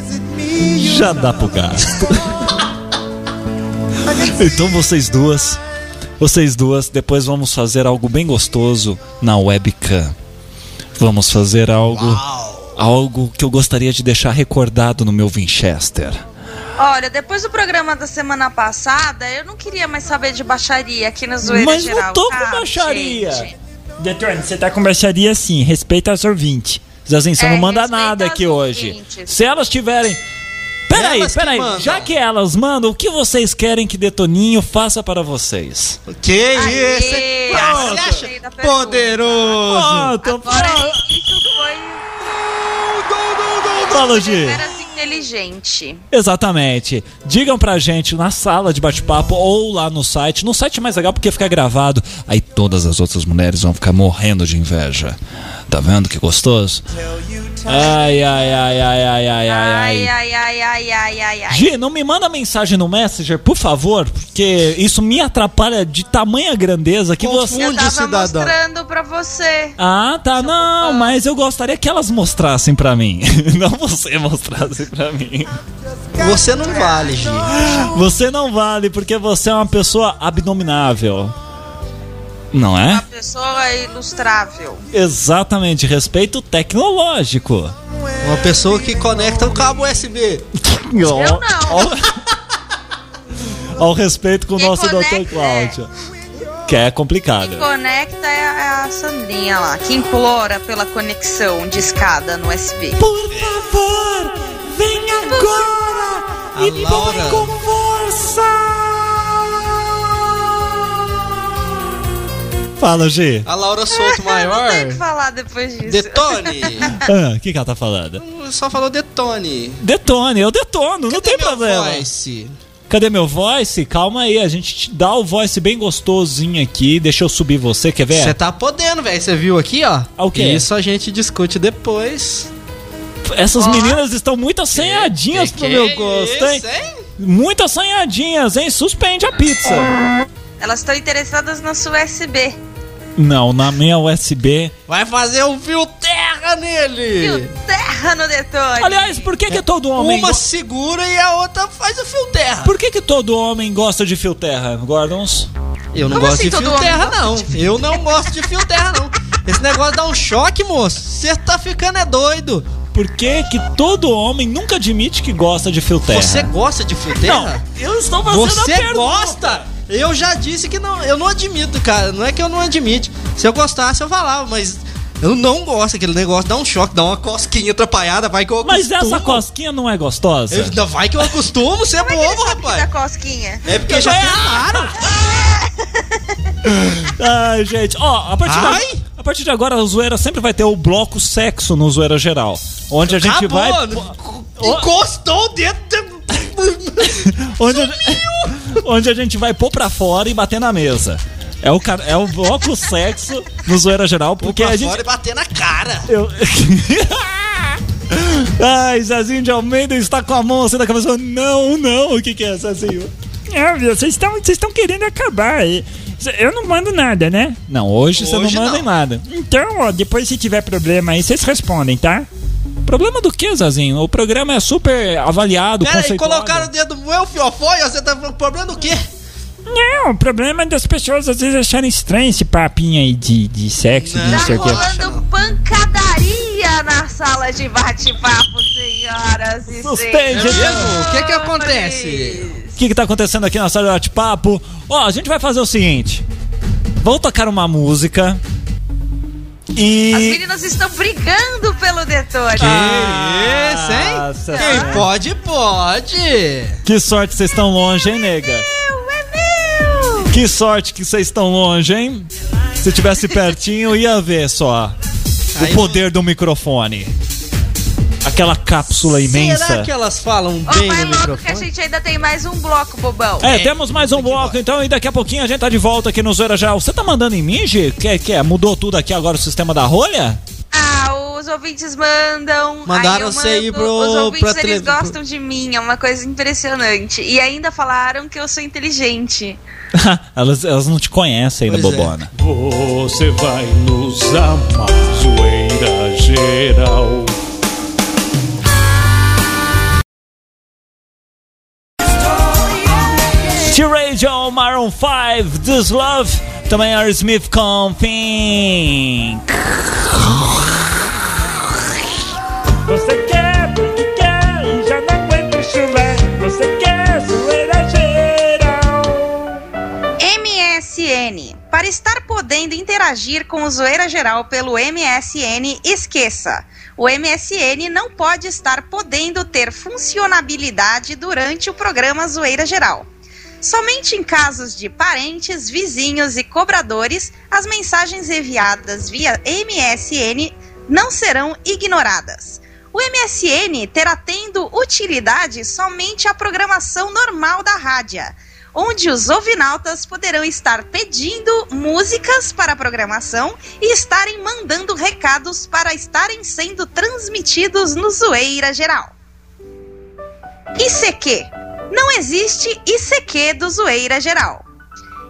S1: Já dá pro gasto. então vocês duas, vocês duas, depois vamos fazer algo bem gostoso na webcam. Vamos fazer algo, algo que eu gostaria de deixar recordado no meu Winchester.
S5: Olha, depois do programa da semana passada, eu não queria mais saber de baixaria aqui na Zoeira
S1: Mas não
S5: Geral.
S1: tô com
S5: sabe,
S1: baixaria.
S5: gente?
S3: Detone, você tá com baixaria sim, respeita as ouvintes.
S1: Zazen, você
S5: É,
S1: não manda
S5: respeita
S1: nada aqui
S5: as
S1: hoje.
S5: ouvintes.
S1: Se elas tiverem. Peraí,
S4: Elas que
S1: peraí.
S4: mandam.
S1: Já que elas mandam, o que vocês querem que Detoninho faça para vocês?
S4: que
S5: Aê,
S4: isso? hein? Pronto.
S5: acertei da pergunta.
S4: Poderoso!
S1: Pronto,
S5: Agora
S1: pronto.
S5: isso foi
S1: Fala, Gi.
S5: deveras inteligente.
S1: Exatamente. Digam pra gente na sala de bate-papo ou lá no site. No site é mais legal porque fica gravado. Aí todas as outras mulheres vão ficar morrendo de inveja. Tá vendo que gostoso? Ai, ai, ai, ai, ai, ai, ai, ai.
S5: Ai, ai, ai, ai, ai, ai, ai.
S1: Gi, não me manda mensagem no Messenger, por favor, porque isso me atrapalha de tamanha grandeza que você.
S5: Eu
S4: Onde,
S5: tava
S4: cidadão?
S5: mostrando pra você.
S1: Ah, tá, não, mas eu gostaria que elas mostrassem pra mim. Não você mostrasse pra mim.
S4: Você não vale, Gi.
S1: Você não vale porque você é uma pessoa abdominável. Não é?
S5: Uma pessoa ilustrável.
S1: Exatamente, respeito tecnológico.
S4: Uma pessoa que conecta o cabo USB.
S5: Eu não.
S1: Ao respeito com o
S5: Quem
S1: nosso
S5: conecta é-
S1: Dr. Cláudio. Que é complicado.
S5: Quem conecta é a, é a Sandrinha lá, que implora pela conexão de escada no USB.
S1: Por favor, vem agora
S4: A e põe Laura. com
S1: força. Fala, G.
S4: A Laura Souto
S5: Não
S4: Maior.
S5: tem o que falar depois disso.
S4: Detone!
S1: Ah, O que, que ela tá falando?
S4: Só falou detone.
S1: Detone, eu detono, não tem
S4: meu
S1: problema.
S4: Voice?
S1: Cadê meu voice? Calma aí, a gente te dá o voice bem gostosinho aqui. Deixa eu subir você, quer ver?
S4: Você tá podendo, velho. Você viu aqui, ó?
S1: Ah, o quê?
S4: Isso a gente discute depois.
S1: Essas meninas estão muito assanhadinhas pro meu gosto, hein?
S4: é isso, hein?
S1: Muito assanhadinhas, hein? Suspende a pizza.
S5: Elas estão interessadas na sua USB.
S1: Não, na minha USB.
S4: Vai fazer um fio terra nele.
S5: Fio terra no Detone.
S1: Aliás, por que, que todo homem.
S4: Uma
S1: go-
S4: segura e a outra faz o fio terra.
S1: Por que, que todo homem gosta de fio terra, Gordons?
S4: Eu não
S5: Como
S4: gosto de
S5: assim todo
S4: fio
S5: homem
S4: terra,
S5: gosta
S4: não. Eu não gosto de fio terra, não. Esse negócio dá um choque, moço. Você tá ficando é doido.
S1: Por que, que todo homem nunca admite que gosta de fio terra?
S4: Você gosta de fio terra?
S1: Não, eu estou fazendo a
S4: Você
S1: pergunta.
S4: gosta? Eu já disse que não, eu não admito, cara. Não é que eu não admite. Se eu gostasse, eu falava, mas eu não gosto aquele negócio, dá um choque, dá uma cosquinha atrapalhada, vai que eu
S1: Mas
S4: acostumo.
S1: essa cosquinha não é gostosa?
S4: Eu- não, vai que eu acostumo, você é
S5: Como é que
S4: bobo,
S5: ele sabe que dá
S4: rapaz.
S5: cosquinha?
S4: É porque já
S1: É.
S4: tentaram.
S1: Ai, gente, ó, a partir, da-
S4: Ai!
S1: a partir de agora, o Zoeira sempre vai ter o bloco sexo no Zoeira Geral. Onde a gente
S4: Acabou.
S1: vai.
S4: Encostou o dedo. um
S1: Onde a, onde a gente vai pôr pra fora e bater na mesa. É o, ca- é o bloco sexo no Zoeira Geral, porque
S4: pra
S1: a gente.
S4: fora e bater na cara.
S1: Eu... Ai, Zezinho de Almeida está com a mão assim na cabeça. Não, não, o que, que é, Zezinho?
S3: É, vocês estão vocês estão querendo acabar. aí. Eu não mando nada, né?
S1: Não, hoje, você não
S4: Hoje
S1: manda
S4: não.
S1: em nada.
S3: Então, ó, depois se tiver problema aí, vocês respondem, tá?
S1: Problema do que, Zezinho? O programa é super avaliado,
S4: Pera aí,
S1: conceituado.
S4: colocaram o dedo no meu fiofó e você tá falando problema do quê?
S3: Não, o problema é das pessoas às vezes acharem estranho esse papinho aí de, de sexo, de
S4: Não.
S3: não
S5: Tá
S3: sei o quê.
S5: rolando pancadaria na sala de bate-papo, senhoras e
S1: Suspeito.
S5: senhores.
S1: É
S4: mesmo? O que que acontece?
S1: O que, que tá acontecendo aqui na sala de bate-papo? Ó, a gente vai fazer o seguinte: vamos tocar uma música. E.
S5: As meninas estão brigando pelo Detone. É
S4: Esse, hein?
S1: Nossa
S4: Quem pode, pode.
S1: Que sorte vocês estão longe, hein, nega?
S5: Meu, é meu!
S1: Que sorte que vocês estão longe, hein? Se tivesse pertinho, ia ver só
S4: Aí
S1: o poder do microfone. Aquela cápsula
S4: Será
S1: imensa.
S4: que elas falam
S5: Ó,
S4: bem
S5: vai
S4: no
S5: logo que a
S4: microfone?
S5: gente ainda tem mais um bloco, bobão.
S1: É, temos mais um bloco então e daqui a pouquinho a gente tá de volta aqui no Zoeira Já. Você tá mandando em mim, Gi? Que, que é? Mudou tudo aqui agora o sistema da rolha?
S5: Ah, os ouvintes mandam.
S4: Mandaram
S5: aí eu
S4: você ir
S5: mando,
S4: pro-
S5: Os ouvintes
S4: pra
S5: eles
S4: tele-
S5: gostam de mim, é uma coisa impressionante. E ainda falaram que eu sou inteligente.
S1: elas, elas não te conhecem ainda,
S4: Pois é.
S1: bobona.
S2: Você vai nos amar, zoeira geral.
S1: T-Radio, Maroon 5, This Love, também Aerosmith com Pink.
S3: Você quer, porque quer, e já não aguenta o chulé. Você quer, zoeira geral.
S5: MSN. Para estar podendo interagir com o Zoeira Geral pelo MSN, esqueça. O MSN não pode estar podendo ter funcionabilidade durante o programa Zoeira Geral. Somente em casos de parentes, vizinhos e cobradores, as mensagens enviadas via MSN não serão ignoradas. O MSN terá tendo utilidade somente à programação normal da rádio onde os ovinautas poderão estar pedindo músicas para a programação e estarem mandando recados para estarem sendo transmitidos no Zoeira Geral. ICQ. Não existe ICQ do Zoeira Geral.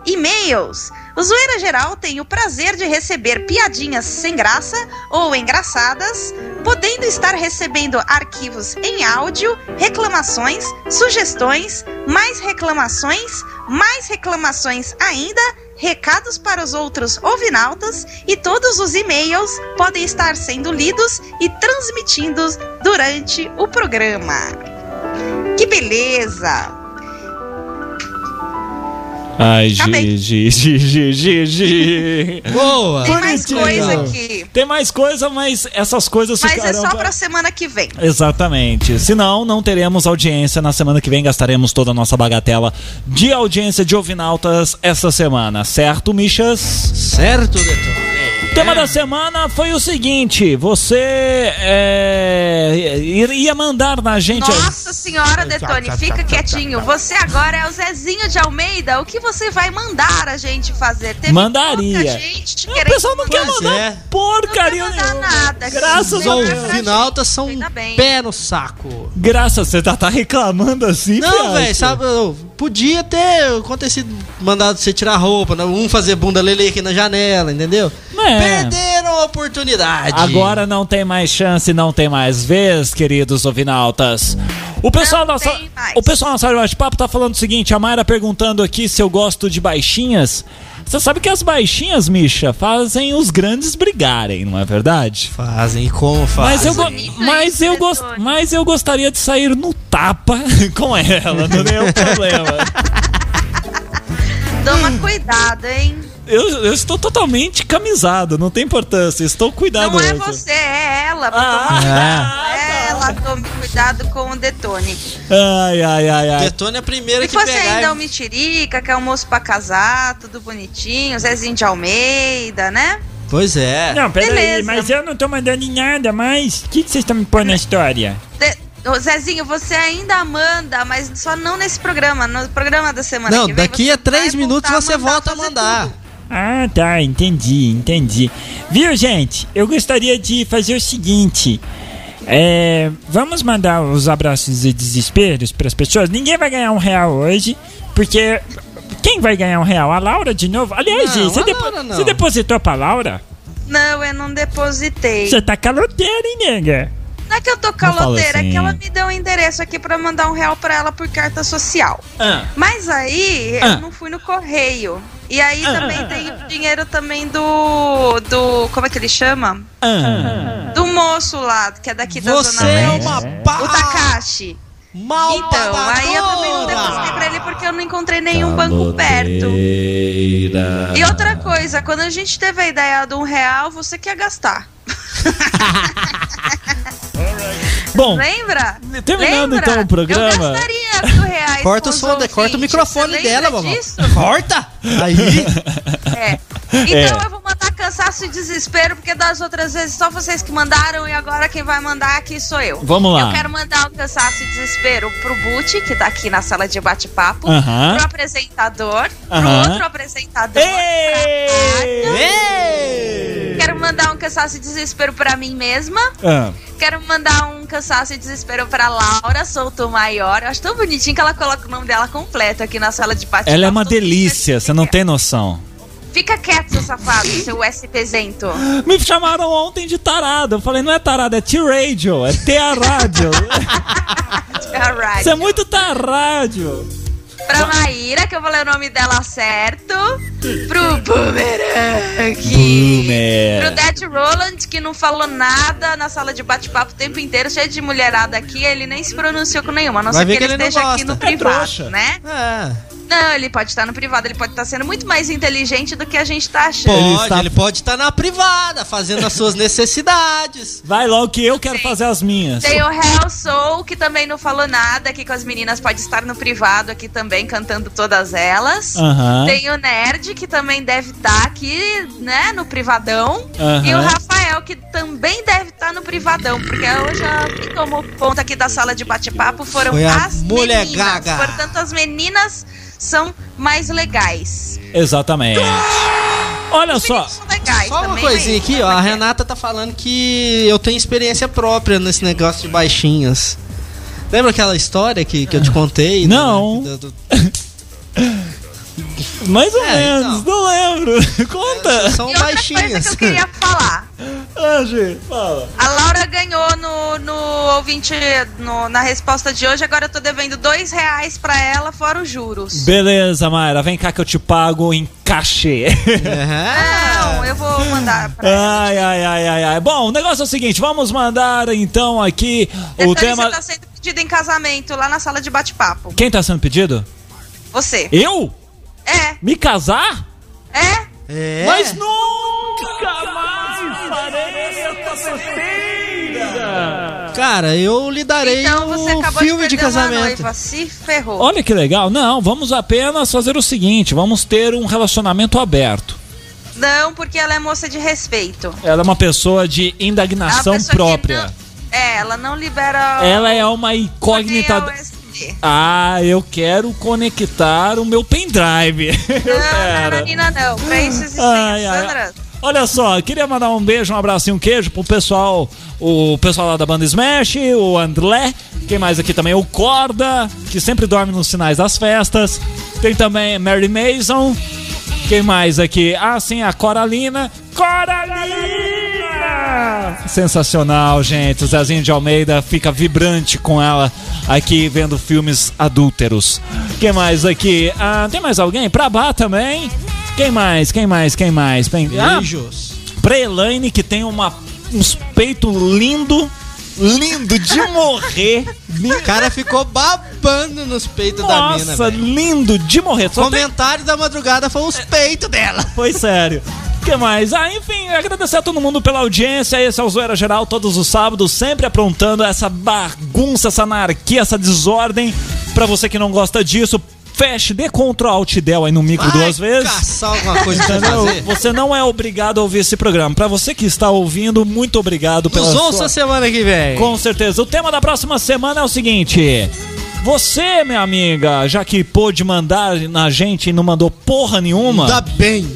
S5: E-mails. O Zoeira Geral tem o prazer de receber piadinhas sem graça ou engraçadas, podendo estar recebendo arquivos em áudio, reclamações, sugestões, mais reclamações, mais reclamações ainda, recados para os outros ouvinautas e todos os e-mails podem estar sendo lidos e transmitidos durante o programa. Que beleza!
S1: Ai,
S5: Acabei.
S1: Gi, Gi, Gi, Gi, Gi, Gi.
S4: Boa!
S5: Tem
S4: é
S5: mais
S1: Bonitinho.
S5: coisa aqui.
S1: Tem mais coisa, mas essas coisas
S5: Mas é
S1: ficarão...
S5: só
S1: pra-
S5: pra semana que vem.
S1: Exatamente. Senão, não teremos audiência. Na semana que vem, gastaremos toda a nossa bagatela de audiência de ouvinautas essa semana. Certo, Michas?
S4: Certo, Detone.
S1: Tema da semana foi o seguinte: você é, iria mandar na gente. é
S5: Nossa senhora, Detone, fica quietinho. Você agora é o Zezinho de Almeida. O que você vai mandar a gente fazer? Teve
S1: Mandaria.
S5: pouca gente
S1: O
S5: querendo
S1: pessoal não quer
S4: Pois
S1: mandar
S4: é.
S1: porcaria
S5: Não quer mandar
S1: nenhuma.
S5: nada.
S1: Graças
S5: Não
S1: ao
S5: quer pra
S4: Finalta
S5: gente.
S4: são
S5: Ainda
S4: um
S5: bem.
S4: pé no saco.
S1: Graças, você tá, tá reclamando assim?
S4: Não,
S1: Piazza?
S4: velho, sabe? eu- Podia ter acontecido, mandado você tirar a roupa, né, um fazer bunda lele aqui na janela, entendeu?
S1: É.
S4: Perderam a oportunidade.
S1: Agora não tem mais chance, não tem mais vez, queridos ouvinautas. O pessoal,
S5: Não
S1: nossa,
S5: tem mais.
S1: o pessoal nossa área de bate-papo tá falando o seguinte, a Mayra perguntando aqui se eu gosto de baixinhas. Você sabe que as baixinhas, Misha, fazem os grandes brigarem, não é verdade?
S4: Fazem, e como fazem?
S1: Mas eu, go-
S5: Isso aí,
S1: mas, eu gos-
S5: Detone.
S1: mas eu gostaria de sair no tapa com ela, não tem nenhum problema.
S5: Toma cuidado, hein?
S1: Eu, eu estou totalmente camisado, não tem importância, estou
S5: Não
S1: cuidadoso.
S5: é você, é ela. pra
S1: Ah,
S5: tomar
S1: tá.
S5: cuidado. É ela, tome cuidado com o Detone.
S1: Ai, ai, ai, ai.
S4: Detone é a primeira
S5: Se
S4: que
S5: fosse
S4: pegar.
S5: ainda um mexerica, que é um moço pra casar, tudo bonitinho, Zezinho de Almeida, né?
S4: Pois é.
S3: Não, peraí,
S5: Beleza.
S3: mas eu não tô mandando em nada mais. O que que vocês estão me pondo na história?
S5: De- Ô, Zezinho, você ainda manda, mas só não nesse programa, no programa da semana
S4: Não,
S5: que vem.
S4: daqui
S5: você
S4: a três
S5: vai
S4: minutos
S5: voltar
S4: você volta a
S5: fazer
S4: mandar.
S5: tudo.
S3: Ah, tá, entendi, entendi. Viu, gente? Eu gostaria de fazer o seguinte. É, vamos mandar os abraços e desesperos para as pessoas. Ninguém vai ganhar um real hoje, porque quem vai ganhar um real? A Laura de novo? Aliás,
S4: Não,
S3: gente, você,
S4: a
S3: depo-
S4: Laura não.
S3: você depositou para Laura?
S5: Não, eu não depositei.
S3: Você tá caloteira, hein, nega?
S5: Não é que eu tô
S1: fala
S5: caloteira,
S1: assim.
S5: é que ela me deu um endereço aqui pra eu mandar um real pra ela por carta social. Mas aí
S1: Ah.
S5: eu não fui no correio. E aí também tem o dinheiro também do. do. como é que ele chama?
S3: Ah.
S5: Do moço lá, que é daqui da
S4: Você
S5: Zona
S4: é
S5: Leste.
S4: uma
S5: O
S4: pá
S5: Takashi.
S4: mal
S5: Então, aí eu também não depositei pra ele porque eu não encontrei nenhum um banco perto. E outra coisa, quando a gente teve a ideia do um real, você quer gastar.
S1: Bom,
S5: Lembra?
S1: Terminando,
S5: Lembra?
S1: então, o programa.
S5: Eu gastaria mil reais.
S4: Corta o
S5: com os
S4: som, de- corta o
S5: ouvintes.
S4: microfone
S5: Você
S4: dela,
S5: lembra
S4: vovó.
S5: disso?
S4: Corta! Aí.
S5: É. Então eu vou mandar cansaço e desespero, porque das outras vezes só vocês que mandaram e agora quem vai mandar aqui sou eu.
S1: Vamos lá.
S5: Eu quero mandar um cansaço e desespero pro Buti, que tá aqui na sala de bate-papo,
S1: Aham.
S5: pro apresentador,
S1: Aham.
S5: pro outro apresentador.
S3: Ah.
S1: Ei!
S4: Ei!
S5: Quero mandar um cansaço e desespero pra mim mesma.
S1: Ah,
S5: Quero mandar um cansaço e desespero pra Laura Souto Maior. Eu acho tão bonitinho que ela coloca o nome dela completo aqui na sala de bate-papo.
S1: ela é uma
S5: Todo mundo
S1: delícia,
S5: vai
S1: você não tem noção.
S5: Fica quieto, seu safado, seu STzento.
S1: Me chamaram ontem de tarado. Eu falei, não é tarado, é T-Radio, é T-Radio.
S5: Alright.
S1: Você é muito tarádio.
S5: Pra Maíra, que eu vou ler o nome dela certo. Pro Boomerang. Pro
S1: Boomer.
S5: Dead Roland, que não falou nada na sala de bate-papo o tempo inteiro, cheio de mulherada aqui, ele nem se pronunciou com nenhuma, a não
S4: Vai
S5: ser que
S4: ver
S5: ele,
S4: que ele não
S5: esteja aqui
S4: gosta.
S5: no
S4: É
S5: privado,
S4: trouxa.
S5: né?
S4: É.
S5: Não, ele pode estar no privado, ele pode estar sendo muito mais inteligente do que a gente tá achando.
S4: Pode, ele,
S1: está-
S4: pode estar na privada, fazendo as suas necessidades.
S1: Vai logo que eu quero fazer as minhas.
S5: Tem o Hell Soul, que também não falou nada aqui com as meninas, pode estar no privado aqui também, cantando todas elas.
S1: Aham.
S5: Tem o Nerd, que também deve estar aqui, né, no privadão.
S1: Aham.
S5: E o Rafael, que também deve estar no privadão, porque hoje a que tomou conta aqui da sala de bate-papo foram
S4: Foi a
S5: as
S4: mulher
S5: meninas.
S4: gaga.
S5: Portanto, as meninas são mais legais.
S1: Exatamente. Olha
S5: Os meninos
S1: só.
S5: São legais
S4: Só uma
S5: também,
S4: coisinha
S5: mas-
S4: aqui, ó. A Renata tá falando que eu tenho experiência própria nesse negócio de baixinhas. Lembra aquela história que, que eu te contei? do-
S1: Não.
S4: do- do-
S1: Mais ou
S4: É,
S1: menos,
S4: então.
S1: não lembro. Conta.
S4: são
S5: E outra coisa
S4: baixinhas.
S5: que eu queria falar.
S1: Ah, Gi, fala.
S5: A Laura ganhou no, no ouvinte no- na resposta de hoje. Agora eu tô devendo dois reais pra ela, fora os juros.
S1: Beleza, Mayra, vem cá que eu te pago em cachê.
S5: Não, eu vou mandar pra ela.
S1: Ai, ai, ai, ai, ai. Bom, o negócio é o seguinte, vamos mandar então aqui o
S5: Detalhe,
S1: tema.
S5: Você tá sendo pedido em casamento lá na sala de bate-papo.
S1: Quem tá sendo pedido?
S5: Você.
S1: Eu?
S5: É,
S1: Me casar?
S5: é.
S4: É.
S1: Mas nunca mais farei essa besteira!
S4: Cara, eu lhe darei
S5: Então você
S4: um
S5: acabou
S4: filme
S5: de
S4: de,
S5: perder uma
S4: casamento.
S5: noiva. Se ferrou.
S1: Olha que legal, não, vamos apenas fazer o seguinte: vamos ter um relacionamento aberto.
S5: Não, porque ela é moça de respeito.
S3: Ela é uma pessoa de
S5: É uma
S3: indagnação
S5: pessoa que
S3: própria.
S5: não- é, ela não libera.
S3: Ela é uma
S5: Cognitada.
S3: incógnita. Ah, eu quero conectar o meu pendrive.
S5: Não,
S3: Eu
S5: não,
S3: quero.
S5: Nanina, não. Pra isso existem
S3: Ai,
S5: as
S3: ai,
S5: Sandras.
S3: Olha só, eu queria mandar um beijo, um abraço e um queijo pro pessoal, o pessoal lá da banda Smash, o André, quem mais aqui também? O Corda, que sempre dorme nos sinais das festas. Tem também Mary Mason. Quem mais aqui? Ah, sim, a Coralina. Coralina! Sensacional, gente. O Zezinho de Almeida fica vibrante com ela aqui vendo filmes adúlteros. Quem mais aqui? Ah, tem mais alguém? Prabá também. Quem mais? Quem mais? Quem mais? Tem... Ah,
S4: Beijos.
S3: pra Elaine, que tem uma, uns peitos lindo, lindo de morrer.
S4: O cara ficou babando nos peitos da mina,
S3: Nossa,
S4: velho.
S3: lindo de morrer. Só tem-
S4: Comentário da madrugada foi os peitos dela.
S3: Foi sério. O que mais? Ah, enfim, agradecer a todo mundo pela audiência. Esse é o Zoeira Geral, todos os sábados, sempre aprontando essa bagunça, essa anarquia, essa desordem. Pra você que não gosta disso, feche, dê Ctrl Alt Del aí no micro
S4: Vai
S3: duas vezes.
S4: Caçar alguma coisa pra
S3: Entendeu?
S4: fazer.
S3: Você não é obrigado a ouvir esse programa. Pra você que está ouvindo, muito obrigado pela
S4: Nos
S3: sua...
S4: ouça assim. semana que vem.
S3: Com certeza. O tema da próxima semana é o seguinte. Você, minha amiga, já que pôde mandar na gente e não mandou porra nenhuma,
S4: Ainda Tá bem.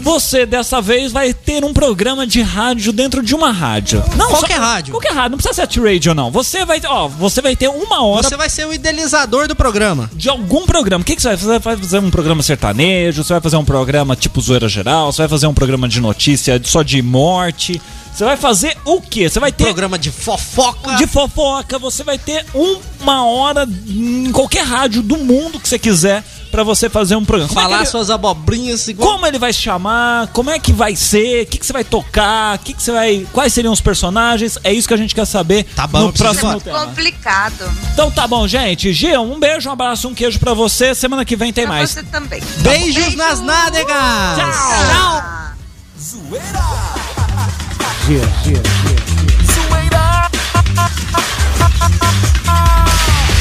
S3: você dessa vez vai ter um programa de rádio dentro de uma rádio. Não,
S4: Qualquer rádio.
S3: Qualquer rádio, não precisa ser a T-Radio não. Você vai, ó, você vai ter uma hora
S4: Você vai ser o idealizador do programa.
S3: de algum programa. O que, que você vai fazer? Você vai fazer um programa sertanejo, você vai fazer um programa tipo Zoeira Geral, você vai fazer um programa de notícia só de morte. Você vai fazer o quê? Você vai ter
S4: Programa de fofoca.
S3: de fofoca, você vai ter um- uma hora em qualquer rádio do mundo que você quiser pra você fazer um programa. Como é que
S4: falar
S3: ele-
S4: suas abobrinhas igual.
S3: Como ele vai se chamar? Como é que vai ser? O que, que você vai tocar? O que, que você vai. Quais seriam os personagens? É isso que a gente quer saber
S4: Tá bom,
S3: no
S4: eu preciso
S3: próximo
S4: ir
S3: tema.
S5: É Complicado.
S3: Então tá bom, gente. Gil, um beijo, um abraço, um queijo pra você. Semana que vem tem
S5: Pra
S3: mais.
S5: você também.
S4: Beijos nas nádegas.
S3: Tchau!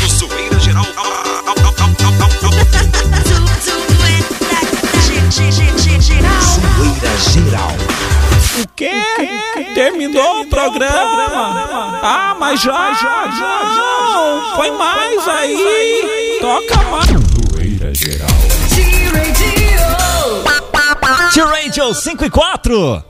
S7: O Zoeira Geral. Zoeira Geral.
S3: quê? É, Terminou, o programa. Ah, mas já, já, já, já. Foi mais aí. Toca mais. T-Radio 5 e 4.